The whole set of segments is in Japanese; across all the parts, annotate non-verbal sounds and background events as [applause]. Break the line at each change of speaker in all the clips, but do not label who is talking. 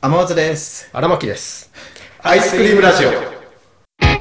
天松です
荒牧です。
アイスクリームラジオ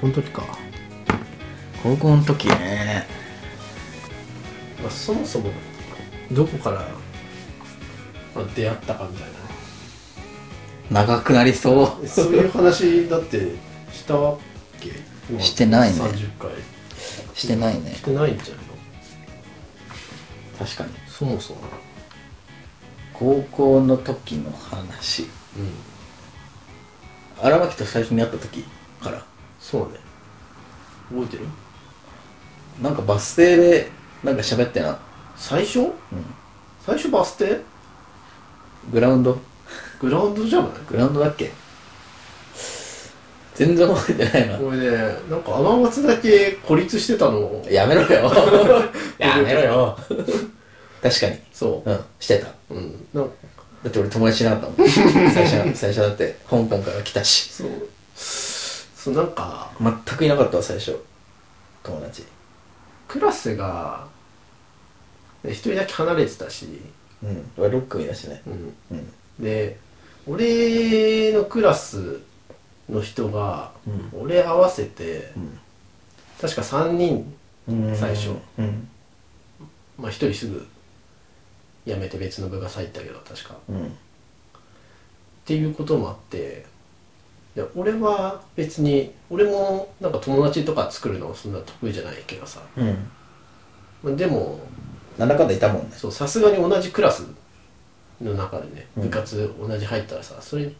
この時か。
高校の時ね
まあ、そもそも、どこから、まあ、出会ったかみたいなね
長くなりそ。
えそういう話だって、したわけ
[laughs] してないね
30回。
うしてないね
してないんじゃないの
確かに
そもそも。
高校の時の話
うん。
荒牧と最初に会った時から
そうね。覚えてる
なんかバス停でなんか喋ってな、
最初
うん、
最初バス停
グラウンド
グラウンドじゃない
グラウンドだっけ全然覚えてないな
これね、なんか天松だけ孤立してたのを、
やめろよ [laughs] やめろよ確かに
[laughs] そう
う。んしてた
うん。なんか
だって俺友達いなかったもん最初最初だって香港から来たし
そう。そう、なんか、
全くいなかったわ最初友達
クラスがね一人だけ離れてたし、
うん俺6組だしね
うん
うん
で俺のクラスの人が、
う
俺合わせて
うん
確か3人、最初
うん
まあ、1人すぐ辞めて別の部が入ったけど確かっ
うん
ていうこともあっていや俺は別に俺もなんか友達とか作るのそんな得意じゃないけどさ
うん
まあでも
なんだかんだいたもんね
そうさすがに同じクラスの中でね
うん
部活同じ入ったらさ、それ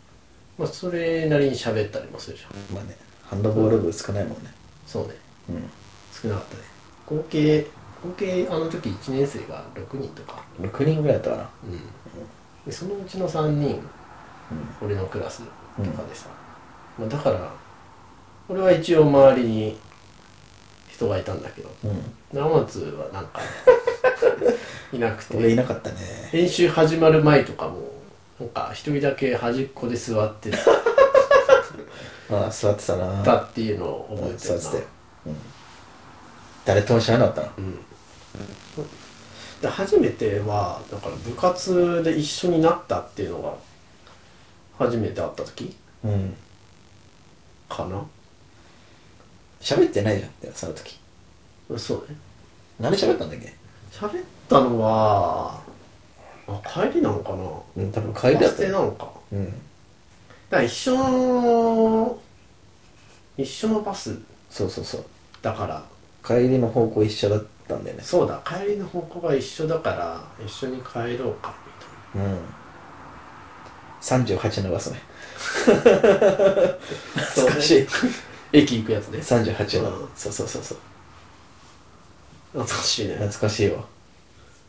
まあそれなりに喋ったりもするじゃん
まあねハンドボール部少ないもんね
そうね
うん
少なかったね合計合計あの時1年生が6人とか
6人ぐらいだったかな
うんでそのうちの3人俺のクラスとかでさ、まあ、だから俺は一応周りに人がいたんだけど
うん
長松はなん
[laughs]
かいなくて
俺いなかったね
練習始まる前とかもなんか一人だけ端っこで座って
まあ座ってたな
たっていうのを覚えて
座
る
って
な
たようん誰とも知らなかったな
うんで初めてはだから部活で一緒になったっていうのが初めて会った時
うん
かな
喋ってないじゃんでもその時
そうね
何喋ったんだっけ
喋ったのはあ帰りなのかな
うん多分帰りだ
バ
っ
ス
た
停
よ
なのか
うん
だから一緒の一緒のバス
そうそうそう
だから
帰りの方向一緒だったんだよね
そうだ帰りの方向が一緒だから一緒に帰ろうかみたいな
うん38のバスね懐かしい
駅行くやつね
38の、
うん
そうそうそうそう
懐かしいね
懐かしいわ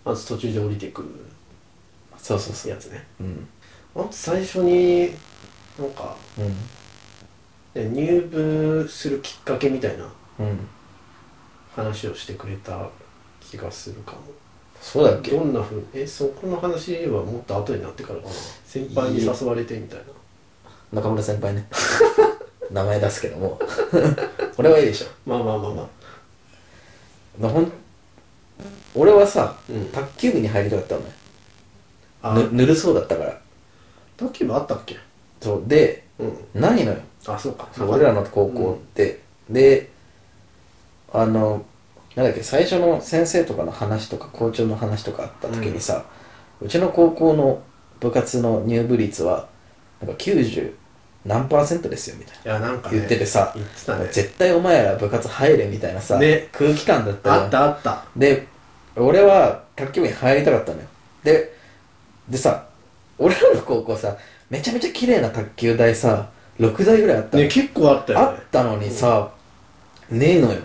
まず途中で降りてく
そうそうそう
やつね
うん
まず最初になんか、
うん
ね、入部するきっかけみたいな
うん
話をしてくれた気がするかも
そうだっけ
どんなふうえそこの話はもっと後になってからかな先輩に誘われてみたいな
中村先輩ね [laughs] 名前出すけども [laughs] 俺はいいでしょ
まあまあまあまあ
なほん俺はさ、
うん
卓球部に入りたかったのよ
あ
ぬぬるそうだったから
卓球部あったっけ
そうで
うん
ないのよ
あそうか
そう俺らの高校って、であのなんだっけ最初の先生とかの話とか校長の話とかあった時にさ、うちの高校の部活の入部率はなんか90何パーセントですよみたい
いやなんか、
な
ね、
言っててさ、
言ってたね
絶対お前ら部活入れみたいなさ、
ね
空気感だった
あ
よ
ったあった
で俺は卓球部に入りたかったのよででさ俺らの高校さめちゃめちゃ綺麗な卓球台さ6台ぐらいあったの
ね結構あったよ
あ
ね
ったのにさ、ねえのよ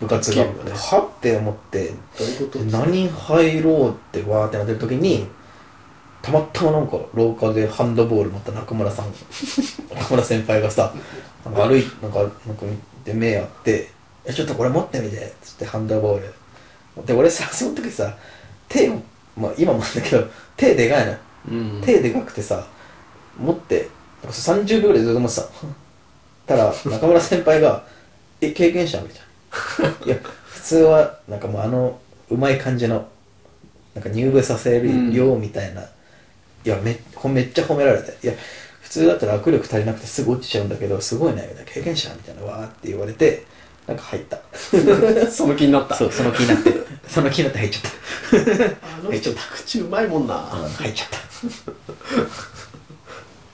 部活が、
卓球部がね
はって思って
どういうこと
何入ろうってわーってなってる時にたまたまなんか廊下でハンドボール持った中村
[laughs]
さん中村先輩がさなんか歩いなんかなんかで目あって「えちょっとこれ持ってみて」っつってハンドボールで俺さその時さ手をまあ今もなんだけど手でかいのよ
うん
手でかくてさ持ってなんか30秒ぐらいずっと持ってたのたら中村先輩が「え経験者?」みたいな「いや普通はなんかもうあのうまい感じのなんか入部させるよ」みたいな、いやめほめっちゃ褒められて「いや普通だったら握力足りなくてすぐ落ちちゃうんだけどすごいね」みたいな「経験者?」みたいなわーって言われてなんか入った
その気になった
そうその気になってその気になって入っちゃった
あの人宅地うまいもんな
入っちゃった。っ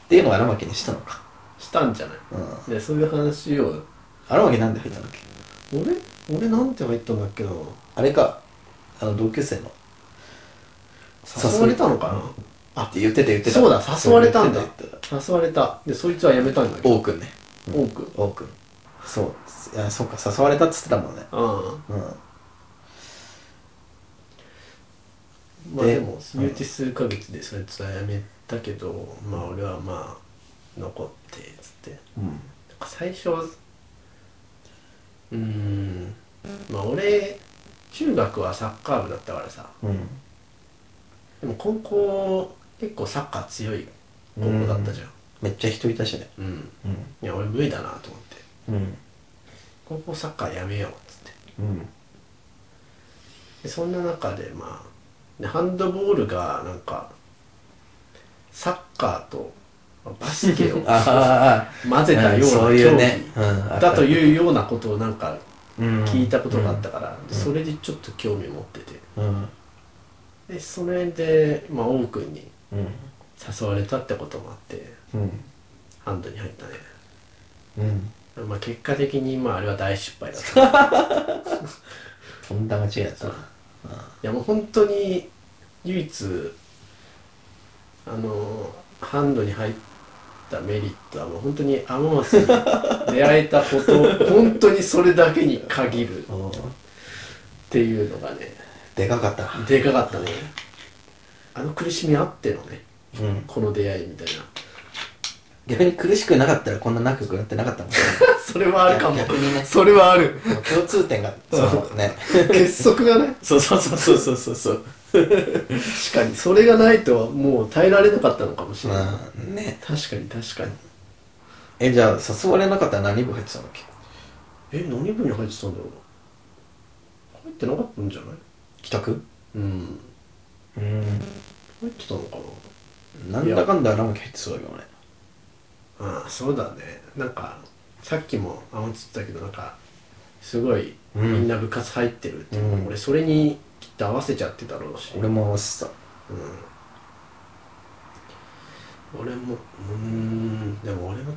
ていうのを荒牧にしたのか。
したんじゃない
うん。
でそういう話を
荒牧なんで入ったんだっけ
俺俺なんて入ったんだっけな
あれか、あの同級生の。
誘われたのかな
あって言ってた言ってた。
そうだ誘われたんだ
言ってた言って
誘われたでそいつは辞めたんだけ
た
ど
王くんね。
多く
王くん。そう。いや、そうか、誘われたって言ってたもんね。
あ
うん。
あまあ
で
でもそのうち数ヶ月でそいつは辞めたけどまあ俺はまあ残ってつって
うん。
なんか最初はうーんまあ俺中学はサッカー部だったからさ
うん。
でも高校結構サッカー強い高校だったじゃん
めっちゃ人いたしね。
うん、いや俺無理だなと思って
うん。うん。
高校サッカーやめようっつって
うん。
でそんな中でまあでハンドボールがなんかサッカーとバスケ
[laughs]
を
あ
混
あ、
ぜたような
そう
競
いう
技
ね。うん。
だと
う。
いうようなことをなんか聞
聞
いたことがあった。から、
ん
でそれでちょっと興味持ってて
うん。
でそれで、まあ、王くんに
うん。
誘われたってこともあって
うん。
ハンドに入ったね
うん。
まあ結果的にまああれは大失敗だった
[laughs]
い
とんだ間違いだったな。
やもう本当に唯一あのハンドに入ったメリットはもう本当に天松に出会えたこと
[laughs]
本当にそれだけに限るっ
うん
ていうのがね
でかかったな。
でかかったねあの苦しみあってのね
うん。
この出会いみた
[laughs]
いな
逆に苦しくなかったらこんな仲良くなってなかったもんね
それはあるかも
逆にね
それはある
共通点がそのね
[laughs] 結束がね
そうそうそうそうそうそうそう
確かにそれがないとはもう耐えられなかったのかもしれない、
まあね
確かに確かに
えじゃあ誘われなかったら何部入ってたのっけ
え何部に入ってたんだろう入ってなかったんじゃない
帰宅
うん
うん
入ってたのか
なんだかんだラムキ入ってそうだけどね
なああそうだねなんかさっきもあんつったけどなんかすごい
うん
みんな部活入ってるっていう、
うん
俺それにきっと合わせちゃってたろうし
俺も合わせて
うん、俺もうーんでも俺も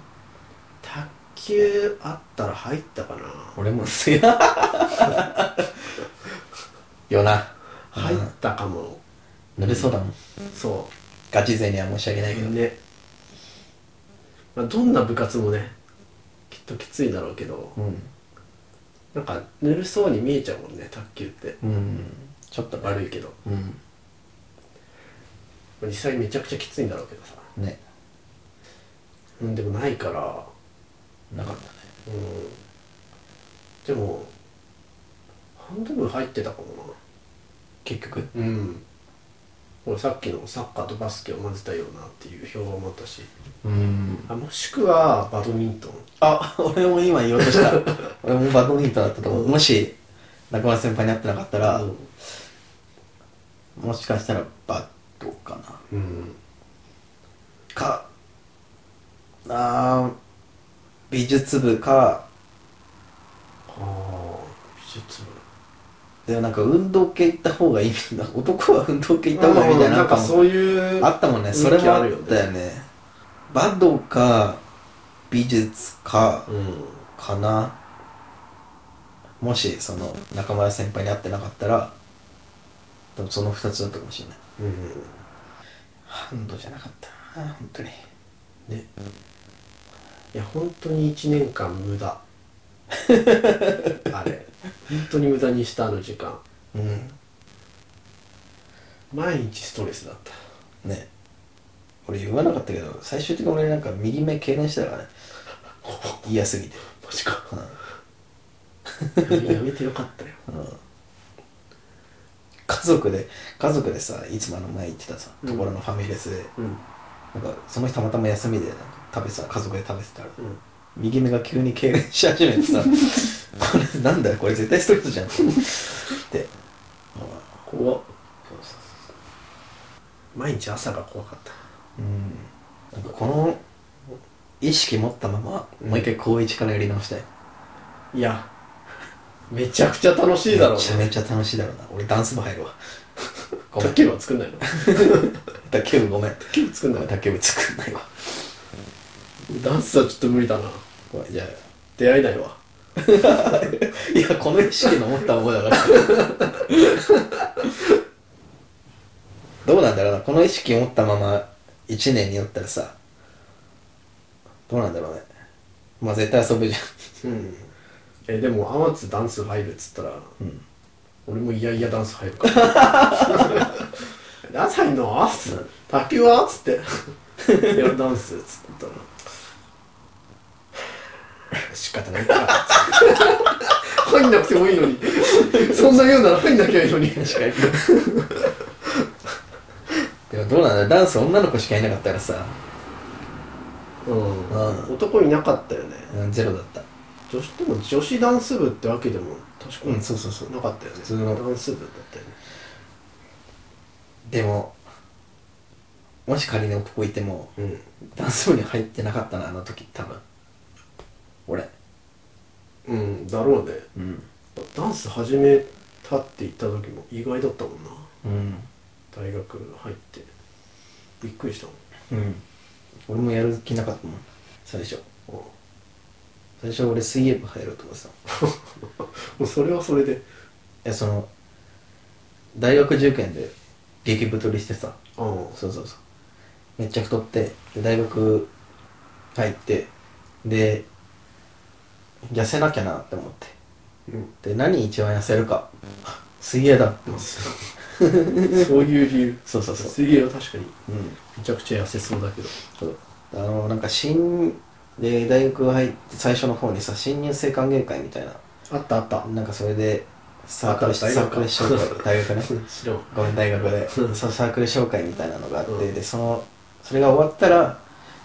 卓球あったら入ったかな
た俺もすげえ [laughs] よな
入ったかも、
濡れそうだもん
そ
ガチ勢には申し訳ないけ
う
ど
ね、まあ、どんな部活もねきっときついだろうけど
うん
なんかぬるそうに見えちゃうもんね卓球って
うんちょっとね
悪いけど
うん
実際めちゃくちゃきついんだろうけどさ、
ね
うん、でもないから
なかったね
うんでもハンドボール入ってたかもな
結局
うん俺さっきのサッカーとバスケを混ぜたようなっていう評判もあったし
うん
あもしくはバドミントン
あ、俺も今言おうと [laughs] した。俺もバドミントンだったと思う。もし、中村先輩に会ってなかったら、
うん
もしかしたらバッドかな。
うん
か、あー美術部か、
ああ美術
でもなんか運動系行った方がいいみたいな。男は運動系行
部
った方がいいみたいな。
な
なんんか
か
もう
そういう
あったもんね。それもあったよね。バドか、美術か、
うん
かな。もし、その、中村先輩に会ってなかったら、多分その二つだったかもしれない。
うん
ハンドじゃなかったな本当に
ねいや本当に1年間無駄 [laughs] あれ本当に無駄にしたあの時間
うん
毎日ストレスだった
ね俺言わなかったけど最終的に俺なんか右目痙攣したからね嫌すぎて
マジか
う
やめやめてよかったよ
ん、うん、家族で家族でさいつもあの前行ってたさ
うん
ところのファミレスで、
うん
なんかその日たまたま休みでなんか食べてた家族で食べてたら
うん
右目が急に痙攣し始めて
[laughs]
さ [laughs] これなんだよこれ絶対ストレスじゃんって
怖っ毎日朝が怖かった
うんなんかこの意識持ったままもう一回高一からやり直したい
いやめちゃくちゃ楽しいだろ
めちゃ
う
め
ね
ちゃ楽しいだろうな俺ダンス部入るわごめん
竹は作んないの
竹部ごめん
竹は作んないの
竹部作んないわ
ダンスはちょっと無理だな
ごめんじゃあ
出会えないわ
いや、この意識の持ったままだか
[laughs]
ら。どうなんだろうな、この意識を持ったまま1年によったらさ、どうなんだろうね。まあ絶対遊ぶじゃん。
うんえでも天津ダンス入るっつったら、
うん
俺もいやいやダンス入るから [laughs] ダンス入んのっつって卓球はっつっていやダンスっつったら仕方ないか入んなくてもいいのにそんな言うなら入んなきゃいいのに
確かに。 [laughs] でもどうなんだろう、ダンス女の子しかいなかったらさ、
うん、
う
男いなかったよね
うんゼロだった。
女子でも女子ダンス部ってわけでも確かに
うん、そうそうそう。
なかったよね
普通の
ダンス部だったよね
でも、もし仮に男いても、
うん
ダンス部に入ってなかったな、あの時、多分。俺。
うんだろうね
うん。
ダンス始めたって言った時も意外だったもんな
うん。
大学入ってびっくりした [laughs] もん
うん俺もやる気なかったもん最初
ああも
最初俺水泳部入ろうと思ってたもんいう
それはそれで
やその大学受験で激太りしてさ
ああ
そうそうそうめっちゃ太ってで大学入ってで痩せなきゃなって思っ
うん
てで何一番痩せるか [laughs] 水泳だって思って
そういう理由
そうそうそう
水泳は確かに
うん
めちゃくちゃ痩せそうだけど
そうあのなんか新で大学入って最初の方にさ新入生歓迎会みたいな
あったあった
なんかそれでサークルサ
あ大学
ークル紹介大学ね
[laughs] 知らん
ごめん大学で
うん
そうサークル紹介みたいなのがあって、
うん
でそのそれが終わったら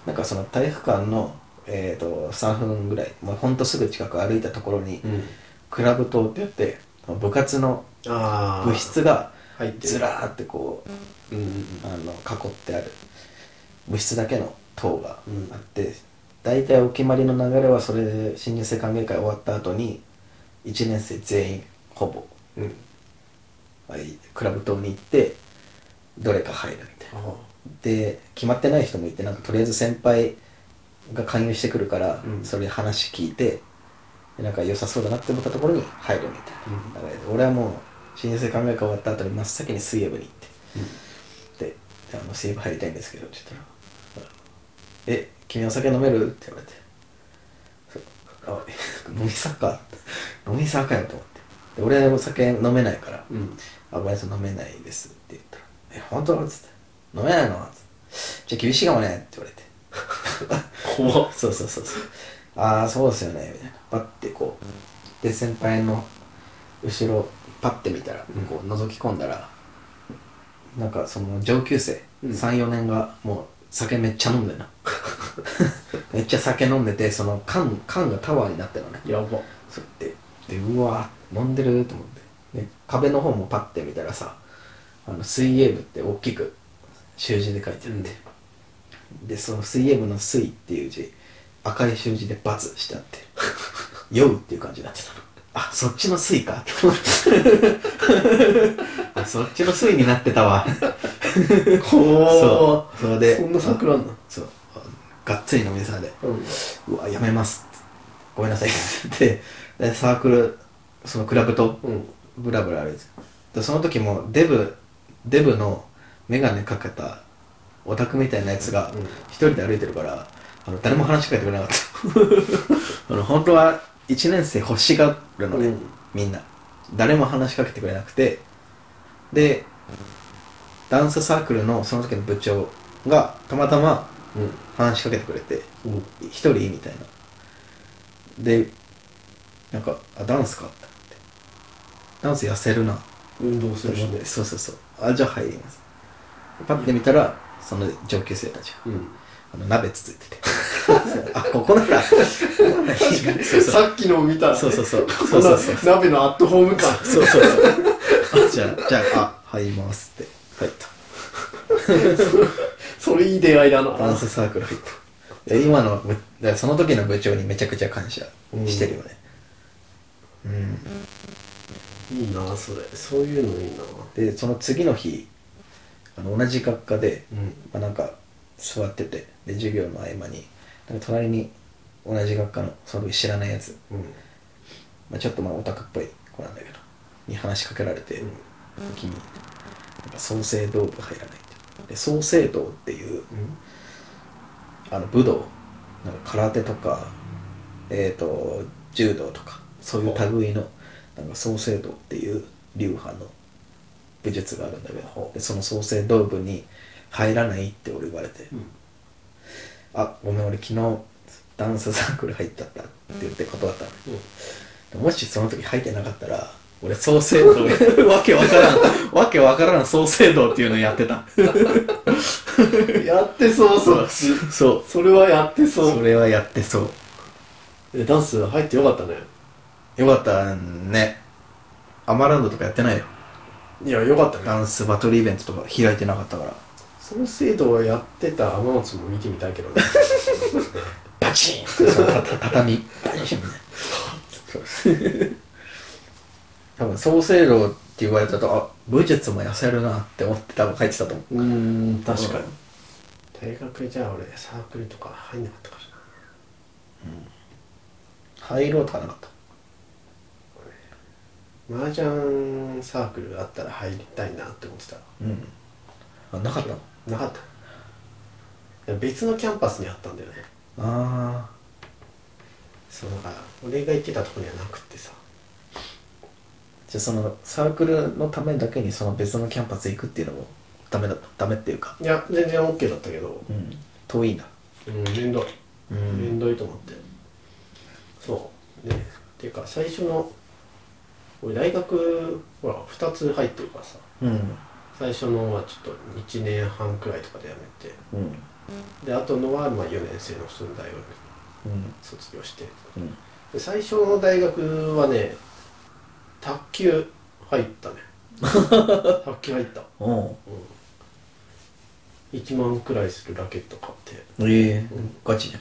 なんかその体育館の、えー、と3分ぐらいもうほんとすぐ近く歩いたところに
うん
クラブ棟ってやって部活の
ああ
部室が
入ってる
ずらーってこう
うんうん
あの囲ってある部室だけの塔があって、大体お決まりの流れはそれで新入生歓迎会終わった後に1年生全員ほぼ
うんうん
はいクラブ棟に行ってどれか入るみたいな
あ
で決まってない人もいてなんかとりあえず先輩が勧誘してくるから、
うん
それで話聞いてでなんか良さそうだなって思ったところに入るみたい
あうん
なだから俺はもう新入生考え会終わった後に真っ先に水泳部に行って、であの水泳部入りたいんですけどって言ったら「え君お酒飲める?」って言われてそう「あ [laughs] 飲みサッカー飲みサッカーよ」と思ってで俺お酒飲めないから
うん
あ、ごめんなさい、飲めないですって言ったら、え、本当っつって、飲めないのっつって、じゃあ厳しいかもねって言われて、
怖っ
そうそうそうそう、ああ、そうですよね、みたいな、パッてこう、で、先輩の後ろ、パッて見たら、
うん
こう、覗き込んだら、なんかその上級生、
うん
3、4年が、もう、酒めっちゃ飲んでん
[laughs]
な。めっちゃ酒飲んでて、その缶、缶がタワーになってるのね。
やば
そうやってでうわ飲んでると思ってで壁の方もパッて見たらさあの水泳部って大きく習字で書いてあって、でその水泳部の「水」っていう字赤い習字で「×」してあって「酔う」っていう感じになってたのあそっちの「水」かと思ってあそっちの「水」になってたわ
怖っ
そうそれで
そんな桜あんの
そうがっつり飲みさで
うん
うわやめますごめんなさい [laughs] ってでサークルそのクラブと
うん
ブラブラ歩いてでその時もデブデブの眼鏡かけたオタクみたいなやつが
うん
一人で歩いてるからあの誰も話しかけてくれなかった [laughs] あの本当は1年生欲しがるのね、
うん
みんな誰も話しかけてくれなくてでダンスサークルのその時の部長がたまたま話しかけてくれて
うん
一人みたいなでなんかあダンスかってなってダンス痩せるなっ
運動す
て
るし
思っ
ね
てそうそうそうあじゃあ入りますパッて見たらその上級生たちが
うん
[laughs] あの鍋つついててあここならかに
そうそう
さっきのを見たら、ね、
そうそうそう
こ
そ
ん
う
な
そうそう
鍋のアットホーム感
そうそう
あじゃあじゃああ入りますって入った
それいい出会いだな
ダンスサークル入ったいや今の部だからその時の部長にめちゃくちゃ感謝してるよねうん、
いいなそれそういうのいいな
でその次の日あの同じ学科で、
うん
まあ、なんか座っててで授業の合間になんか隣に同じ学科のその知らないやつ、
うん
まあ、ちょっとまあオタクっぽい子なんだけどに話しかけられて、
うん
君なんか創生道部入らないってで創生道っていうあの武道なんか空手とか、えー、と柔道とかそういう類のなんか創生道っていう流派の武術があるんだけどでその創生道部に入らないって俺言われて「
ん
あごめん俺昨日ダンスサークル入っちゃった」って言って断ったの、でもしその時入ってなかったら俺創生道わけわから
[laughs]
んわけわからん創生道っていうのやってた
やってそうそっち
そう
それはやってそ
そうれはやってそう
えダンス入ってよかったね
よかったね。アマランドとかやってないよ。
いやよかったね
ダンスバトルイベントとか開いてなかったから。
その制度をやってた天松も見てみたいけどね
バチンってそのたた畳。バチン多分、創生論って言われたと、あ、武術も痩せるなって思って多分書いてたと思う。
うーん確かに
大学じゃあ俺サークルとか入んなかったからな
入ろうとかなかった。
麻雀サークルあったら入りたいなって思ってた
うん。あ、なかったの
なかったいや別のキャンパスにあったんだよね
あ
そうだから俺が行ってたとこにはなくってさ
ー。じゃあそのサークルのためだけにその別のキャンパス行くっていうのもダメだった。ダメっていうか。
いや全然 OK だったけど
うん。遠いんだ。
うん面倒
う
い面倒いと思ってそうでていうか最初の俺大学ほら2つ入ってるからさ
うん。
最初のはちょっと1年半くらいとかでやめて
うん。
であとのはまあ4年生の普通の大学
うん。
卒業して
うん。
で最初の大学はね卓球入ったね卓球入った、
おう
うん、1万くらいするラケット買って
ええ
うん
ガチじゃん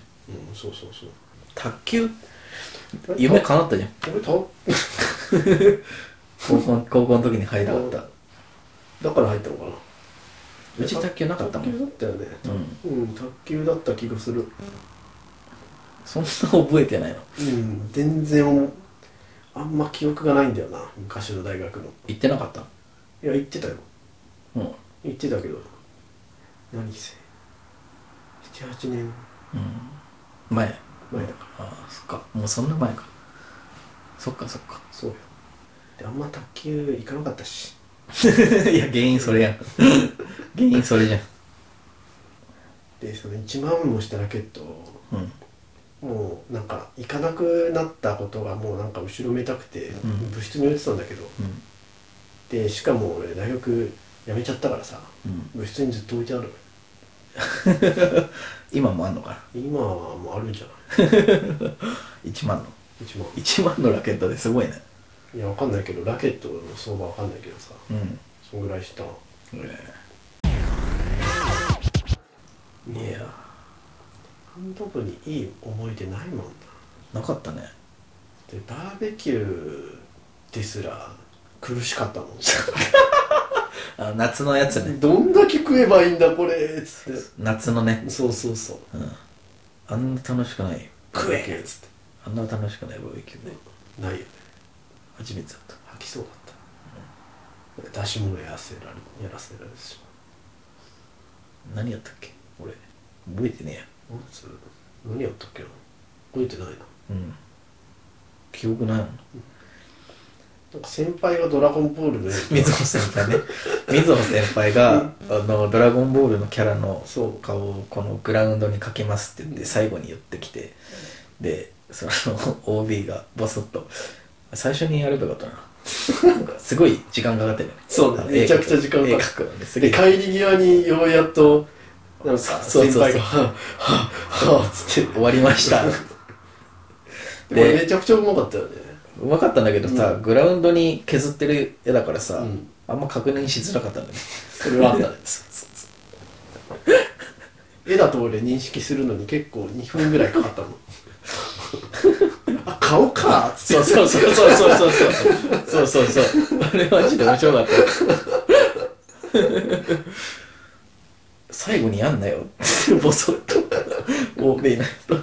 うんそうそうそう
卓球夢叶ったじゃん
俺卓
高校高校の時に入りたかっ
だ
た
だから入ったのかな
うち卓球なかったも
卓球
ん
だったよね
うん
うん卓球だった気がする
そんな覚えてないの
うん全然あんま記憶がないんだよな昔の大学の
行ってなかった
いや行ってたよ
うん
行ってたけど何せ78年
前
前だから
ああそっかもうそんな前かそっかそっか [laughs]
そうよであんま卓球行かなかったし
いや原因それやん原因それじゃん
でその1万もしたラケットを
うん
もうなんか行かなくなったことがもうなんか後ろめたくて、
ん
部室に置いてたんだけど
うん
でしかも俺大学辞めちゃったからさ
うん
部室にずっと置いてある
今もあんのかな
今はもうあるんじゃない
[laughs] 1万の
一万
1万のラケットですごいね
いやわかんないけどラケットの相場わかんないけどさ
うん
そんぐらいしたい
いや
ハンド部にいい思い出ないもんな
なかったね
でバーベキューですら苦しかったもん
[laughs] あ夏のやつね
どんだけ食えばいいんだこれっつっ
夏のね
てそうそうそう
あんな楽しくないよ
食えっつって
あんな楽しくないバーベキューね
ないよね
初めてだった
吐きそうだった出し物やらせられやらせられるし
何やったっけ
俺
覚えてねえや
何つ何やったっけな覚えてないな
うん記憶ないも
[laughs]
ん
なんか先輩がドラゴンボールで
水穂先輩ね [laughs] 水穂先輩が「あのドラゴンボール」のキャラの
そう
顔をこのグラウンドにかけますって言って最後に言ってきてでその [laughs] OB がボソッと「最初にやればよかったな」
[laughs]
なんかすごい時間かかってるよね
そうね
あの
めちゃくちゃ時間かかる
絵描くのねすげ
で
え
帰り際にようやっとなんか
そうそう
先
そう
輩が「はあはあはあ」っつって
終わりました
でもめちゃくちゃうまかったよね
うまかったんだけどさ、
う
グラウンドに削ってる絵だからさ、
うん
あんま確認しづらかったんだね
それはあったね
そうそうそ
絵だと俺認識するのに結構2分ぐらいかかったもんあ顔かっつって
うそうそうそうそうそうそうそうそう [laughs] あれマジで面白かった [laughs] [laughs] 最後にやんなよってボソッと欧米の人